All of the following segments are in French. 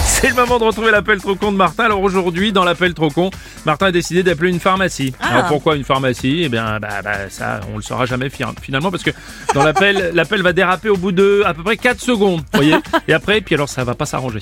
C'est le moment de retrouver l'appel trop con de Martin. Alors aujourd'hui, dans l'appel trop con, Martin a décidé d'appeler une pharmacie. Ah. Alors pourquoi une pharmacie Eh bien, bah, bah, ça, on le saura jamais fi- finalement parce que dans l'appel, l'appel va déraper au bout de à peu près 4 secondes, vous voyez. Et après, puis alors ça va pas s'arranger.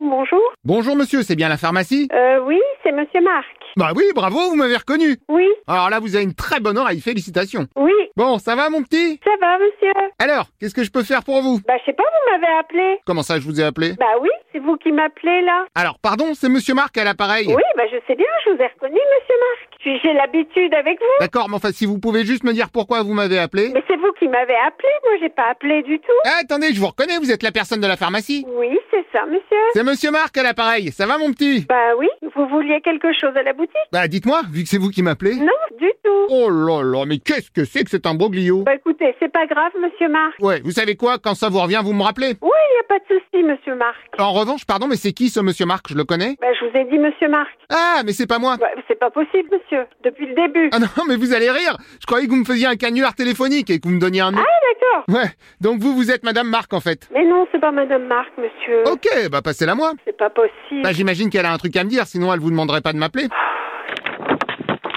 Bonjour. Bonjour monsieur, c'est bien la pharmacie Euh, oui, c'est Monsieur Marc. Bah oui, bravo, vous m'avez reconnu. Oui, Alors là, vous avez une très bonne oreille, félicitations. oui, Bon, ça va mon petit ça va, monsieur. Alors, qu'est-ce que je peux faire pour vous Bah, je sais pas, vous m'avez appelé. Comment ça, je vous ai appelé Bah oui, c'est vous qui m'appelez là. Alors, pardon, c'est monsieur Marc à l'appareil. Oui, bah je sais bien, je vous ai reconnu, Monsieur Marc. Puis j'ai l'habitude avec vous. D'accord, mais enfin, si vous pouvez juste me dire pourquoi vous m'avez appelé. Mais c'est vous qui m'avez appelé, moi j'ai pas appelé du tout. Ah, attendez, je vous reconnais, vous êtes la personne de la pharmacie. Oui, c'est ça, monsieur. C'est monsieur Marc à l'appareil, ça va mon petit Bah oui, vous vouliez quelque chose à la boutique Bah dites-moi, vu que c'est vous qui m'appelez. Non, du tout. Oh là là, mais qu'est-ce que c'est que cet imbroglio Bah écoutez, c'est pas grave, Monsieur Marc. Ouais, vous savez quoi, quand ça vous revient, vous me rappelez. Oui, y a pas de souci, Monsieur Marc. En revanche, pardon, mais c'est qui ce monsieur Marc Je le connais Bah je vous ai dit, Monsieur Marc. Ah, mais c'est pas moi Bah, c'est pas possible, monsieur. Depuis le début. Ah non, mais vous allez rire Je croyais que vous me faisiez un canular téléphonique et que vous me donniez un nom. Ah d'accord. Ouais, donc vous, vous êtes Madame Marc en fait. Mais non, c'est pas Madame Marc, monsieur. Ok, bah passez-la moi. C'est pas possible. Bah j'imagine qu'elle a un truc à me dire, sinon elle vous demanderait pas de m'appeler.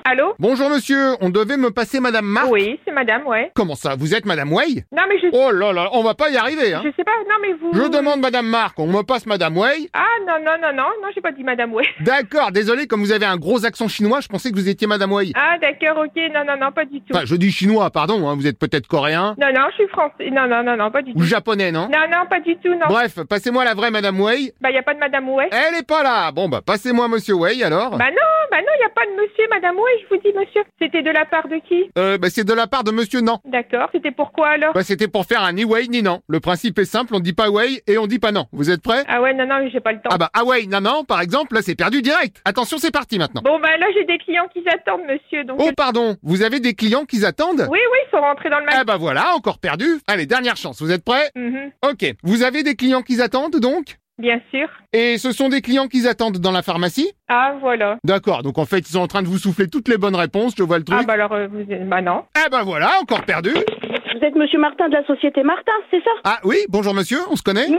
Allô Bonjour monsieur, on devait me passer Madame Marc Oui, c'est madame, ouais. Comment ça, vous êtes Madame Way Non, mais je, Ah. Oh là là, on va pas y arriver hein je sais pas, non, mais vous... Je demande Madame Marc, on me passe Madame Way Ah, non, non, non, non, non, j'ai pas dit madame, ouais. D'accord, désolé, comme vous avez un gros accent chinois, je pensais que vous étiez Madame Wei. Ah, d'accord, ok, non, non, non, pas du tout. Enfin, je dis chinois, pardon, hein, vous êtes peut-être coréen Non, non, je suis français. Non, non, non, non, pas du ou tout. japonais, non Non, non, pas du tout, non. Bref, passez-moi la vraie Madame Wei. Bah, y a pas de madame, ouais. Elle est pas là. Bon bah passez-moi Monsieur Wei alors. Bah non, bah non, y a pas de monsieur, madame, ouais, je vous dis monsieur. C'était de la part de qui Euh, bah c'est de la part de Monsieur Non. D'accord, c'était pourquoi alors Bah c'était pour faire un ni Wei ni non. Le principe est simple, on dit pas Wei et on dit pas non. Vous êtes prêts Ah ouais, non, non, j'ai pas le temps. Ah bah ah Wei non non par exemple là c'est perdu direct. Attention c'est parti maintenant. Bon, bah là, j'ai des clients qui attendent, monsieur, donc... Oh pardon, vous avez des clients qui attendent Oui, oui, ils sont rentrés dans le magasin. Ah bah voilà encore perdu. Allez dernière chance, vous êtes prêts Mhm, Ok, vous avez des clients qui attendent donc bien sûr. Et ce sont des clients qui attendent dans la pharmacie Ah, voilà. D'accord, donc en fait ils sont en train de vous souffler toutes les bonnes réponses, je vois le truc. Ah, bah alors, euh, vous... Bah non. Ah bah voilà, encore perdu. Vous êtes Monsieur Martin de la société Martin, c'est ça Ah oui, bonjour monsieur, on se connaît Oui,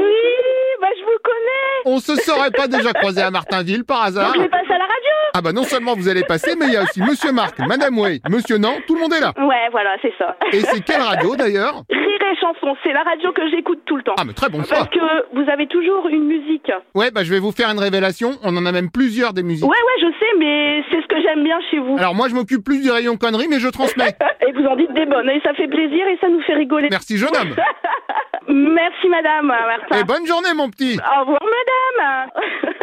bah je vous connais. On se serait pas déjà croisé à Martinville par hasard Je les passe à la radio. Ah bah non seulement vous allez passer, mais il y a aussi Monsieur Marc, Madame Way, Monsieur Nan, tout le monde est là. Ouais, voilà, c'est ça. Et c'est quelle radio d'ailleurs Rire et chanson, c'est la radio que j'écoute tout le temps. Ah mais très bon choix. Parce que vous avez toujours une musique. Ouais bah je vais vous faire une révélation, on en a même plusieurs des musiques. Ouais, ouais, je sais, mais c'est ce que j'aime bien chez vous. Alors moi je m'occupe plus du rayon conneries, mais je transmets. Et vous en dites des bonnes, et ça fait plaisir et ça nous fait rigoler. Ah. Merci jeune homme. Merci, madame Martin. Et bonne journée mon petit. Au revoir, madame.